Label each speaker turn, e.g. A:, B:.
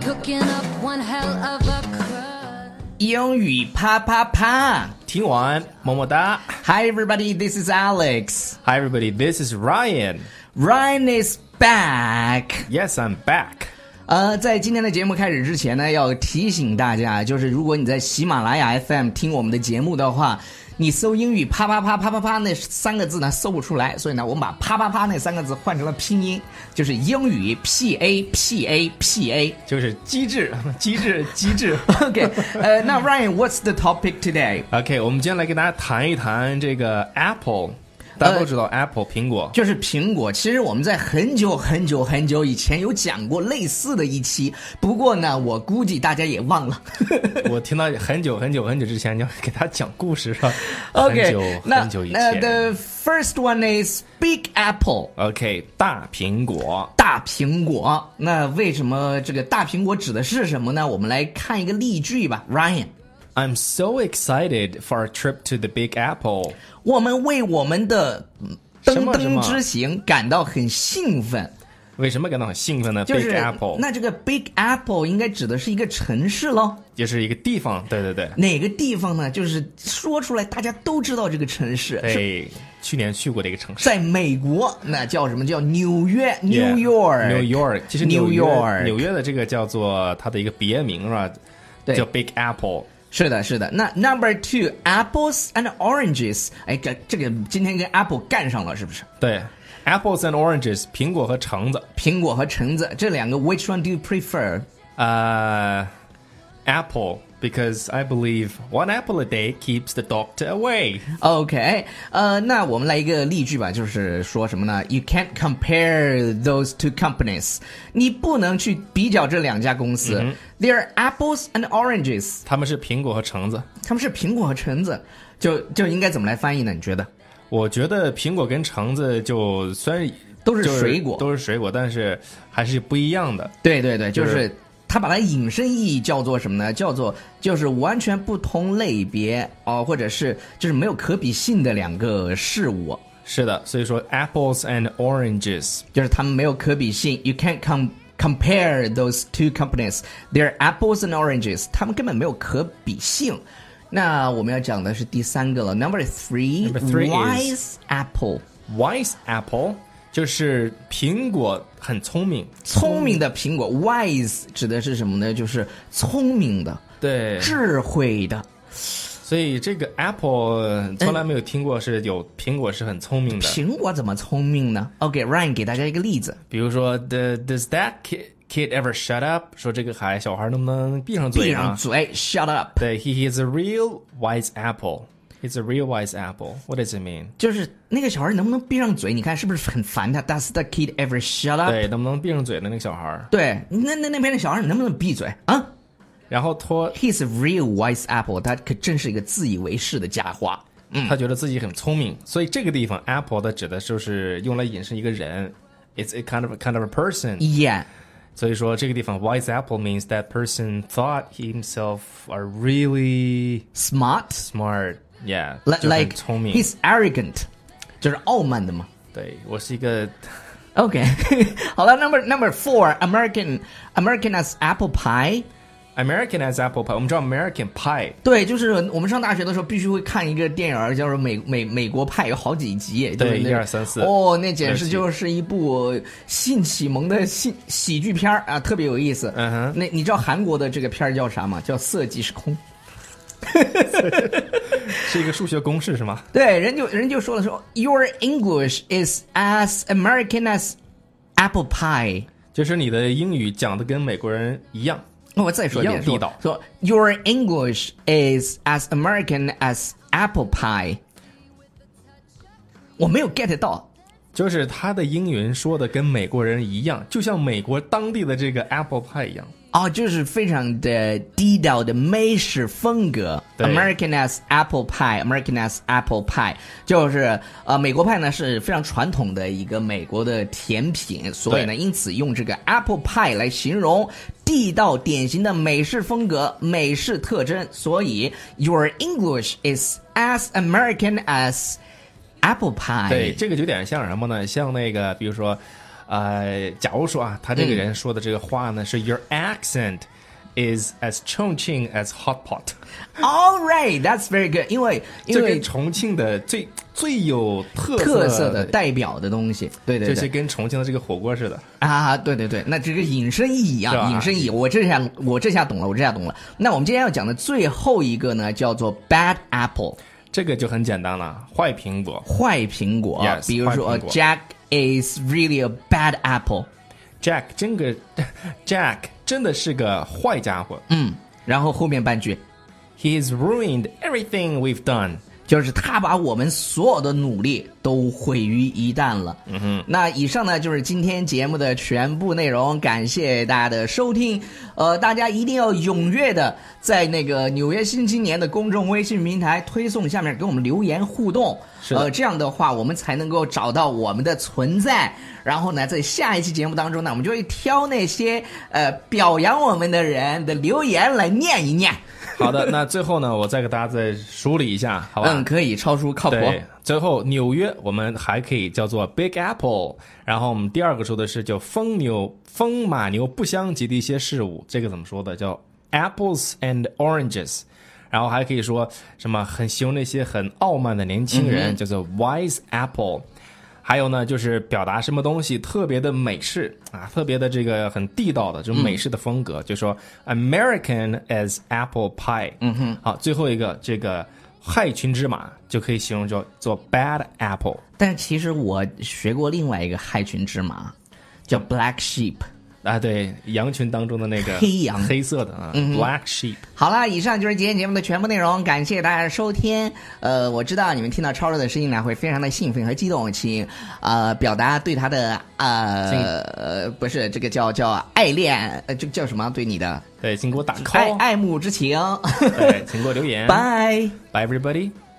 A: cooking up one hell of a crud.
B: 英语啪啪啪
C: 听完么么哒。
B: ！Hi everybody, this is Alex.
C: Hi everybody, this is Ryan.
B: Ryan is back.
C: Yes, I'm back.
B: 呃，在今天的节目开始之前呢，要提醒大家，就是如果你在喜马拉雅 FM 听我们的节目的话，你搜英语啪啪啪啪啪啪那三个字呢搜不出来，所以呢，我们把啪啪啪那三个字换成了拼音，就是英语 P A P A P A。
C: 就是机智， 机智，机智。
B: OK，呃，那 Ryan，what's the topic today？
C: OK，我们今天来跟大家谈一谈这个 Apple。大家都知道 Apple 苹果，
B: 就是苹果。其实我们在很久很久很久以前有讲过类似的一期，不过呢，我估计大家也忘了。
C: 我听到很久很久很久之前就给他讲故事了。很
B: OK，
C: 久
B: 那
C: 很久以
B: 那
C: 前。
B: the first one is Big Apple。
C: OK，大苹果。
B: 大苹果，那为什么这个大苹果指的是什么呢？我们来看一个例句吧，Ryan。
C: I'm so excited for a trip to the Big Apple。
B: 我们为我们的嗯
C: 什
B: 登
C: 么什
B: 登
C: 么
B: 之行感到很兴奋，
C: 为什么感到很兴奋呢、
B: 就
C: b
B: 是
C: i g Apple
B: 那这个 Big Apple 应该指的是一个城市喽。
C: 就是一个地方，对对对。
B: 哪个地方呢？就是说出来大家都知道这个城市，是
C: 对，哎去年去过的一个城市。
B: 在美国，那叫什么叫纽约
C: Yeah，
B: ？New York。
C: New York，其实纽
B: New
C: 约
B: York
C: 纽约的这个叫做它的一个别名是吧？
B: 对
C: 叫 Big Apple。
B: 是的，是的。那 Number Two Apples and Oranges，哎，这这个今天跟 Apple 干上了，是不是？
C: 对，apples and oranges，苹果和橙子。
B: 苹果和橙子这两个，Which one do you prefer？
C: 呃、a p p l e because I believe one apple a day keeps the doctor away。
B: OK，呃，那我们来一个例句吧，就是说什么呢？You can't compare those two companies，你不能去比较这两家公
C: 嗯
B: 司。They're apples and oranges，
C: 他们是苹果和橙子。
B: 他们是苹果和橙子，就就应该怎么来翻译呢？你觉得？
C: 我觉得苹果跟橙子就虽然
B: 都是
C: 就
B: 水果
C: 都是水果，但是还是不一样的。
B: 对对对，就
C: 就是
B: 是他把它引申意义叫做什么呢？叫做就是完全不同类别哦，或者是就是没有可比性的两个事物，
C: 是的，所以说 apples and oranges。
B: 就是他们没有可比性。You can't com compare those two companies. They're apples and oranges. 他们根本没有可比性。那我们要讲的是第三个了，Number three,
C: Number three
B: wise apple，
C: Wise apple 就是苹果很聪明，
B: 聪明的苹果。Wise 指的是什么呢？就是聪明的。
C: 对
B: 智慧的
C: 所以这个 apple 呃从来没有听过是有苹果是很聪明的。
B: 苹果怎么聪明呢？OK，Ryan、给大家一个例子，
C: 比如说，the does that kid kid ever shut up？说这个孩小孩能不能闭上
B: 闭
C: 嘴
B: 上
C: 啊？
B: 嘴，shut up，
C: 对，he is a real wise apple. He's a real wise apple. What does it mean？
B: 就是那个小孩能不能闭上嘴？你看是不是很烦他？Does the kid ever shut up？
C: 对，能不能闭上嘴的那个小孩？
B: 对那那那边的小孩能不能闭嘴啊
C: 然后托
B: ？He's a real wise apple，他可真是一个自以为是的家伙。
C: 他觉得自己很聪明，所以这个地方 apple 的指的就是用来引申一个人，it's a kind of kind of a person。
B: Yeah，
C: 所以说这个地方 wise apple means that person thought he himself are really
B: smart，like
C: smart. Yeah，就很
B: like
C: 聪明。
B: he's arrogant，就是傲慢的嘛。
C: 对我是一个
B: OK，好 了，number number four，American American as apple pie。
C: American as apple pie。我们知道 American pie
B: 对，就是我们上大学的时候必须会看一个电影儿，叫做《美美美国派》，有好几集。就是
C: 对
B: 那
C: 一二三四
B: 哦，那简直
C: 六七
B: 就是一部性启蒙的喜喜剧片儿啊，特别有意思。
C: 嗯哼
B: 那你知道韩国的这个片儿叫啥吗？叫《色即是空》。
C: 是一个数学公式是吗？
B: 对，人就人就说了说，Your English is as American as apple pie。
C: 就是你的英语讲的跟美国人一样。
B: 那我再说一遍，
C: 一样地道
B: 说说 Your English is as American as apple pie。我没有 get 到。
C: 就是他的英文说的跟美国人一样，就像美国当地的这个 apple pie 一样。
B: 哦，就是非常的地道的美式风格
C: 对
B: ，American as apple pie，American as apple pie，就是呃，美国派呢是非常传统的一个美国的甜品，所以呢，
C: 对
B: 因此用这个 apple pie 来形容地道典型的美式风格、美式特征，所以 Your English is as American as apple pie。
C: 对，这个就有点像什么呢？像那个，比如说，呃，假如说啊，他这个人说的这个话呢、是 Your accent is as Chongqing as hot pot，
B: All right, that's very good，因为因
C: 这
B: 为
C: 跟重庆的最最有特
B: 特色
C: 色
B: 的代表的东西，对对
C: 这些
B: 对，
C: 跟重庆的这个火锅似的。
B: 啊，对对对，那这个引申意义
C: 是
B: 啊，
C: 吧
B: 引申意义，我这下我这下懂了，我这下懂了。那我们今天要讲的最后一个呢，叫做 bad apple，
C: 这个就很简单了，坏苹果
B: 坏苹果啊
C: Yes，
B: 比如说
C: 坏
B: 呃
C: 苹果
B: Jack is really a bad apple，
C: Jack 真个 Jack 真的是个坏家伙、
B: 嗯，然后后面半句
C: h e is ruined everything we've done。
B: 就是他把我们所有的努力都毁于一旦了。嗯哼，那以上呢就是今天节目的全部内容，感谢大家的收听。呃，大家一定要踊跃的在那个《纽约新青年》的公众微信平台推送下面给我们留言互动。
C: 是的
B: 呃，这样的话我们才能够找到我们的存在。然后呢，在下一期节目当中呢，我们就会挑那些呃表扬我们的人的留言来念一念。
C: 好的，那最后呢，我再给大家再梳理一下，好吧？
B: 嗯，可以，超叔靠谱。
C: 对，最后纽约我们还可以叫做 Big Apple，然后我们第二个说的是叫风牛风马牛不相及的一些事物，这个怎么说的？叫 Apples and Oranges，然后还可以说什么很形容那些很傲慢的年轻
B: 嗯
C: 人，叫做 Wise Apple。还有呢，就是表达什么东西特别的美式啊，特别的这个很地道的这种美式的风
B: 嗯
C: 格，就说 American as apple pie。嗯哼，好，最后一个这个害群之马就可以形容叫做 bad apple。
B: 但其实我学过另外一个害群之马，叫 black sheep。
C: 啊，对，羊群当中的那个
B: 黑羊嗯
C: 黑色的啊、b l a c k sheep。
B: 好啦，以上就是今天节目的全部内容，感谢大家的收听。呃，我知道你们听到超热的声音呢，会非常的兴奋和激动，请呃表达对他的
C: 敬
B: 呃呃不是这个叫叫爱恋，呃这个叫什么对你的
C: 对，请给我打
B: 爱
C: call，
B: 爱慕之情。
C: 对，请给我留言。
B: 拜。
C: Bye everybody。
A: Oh,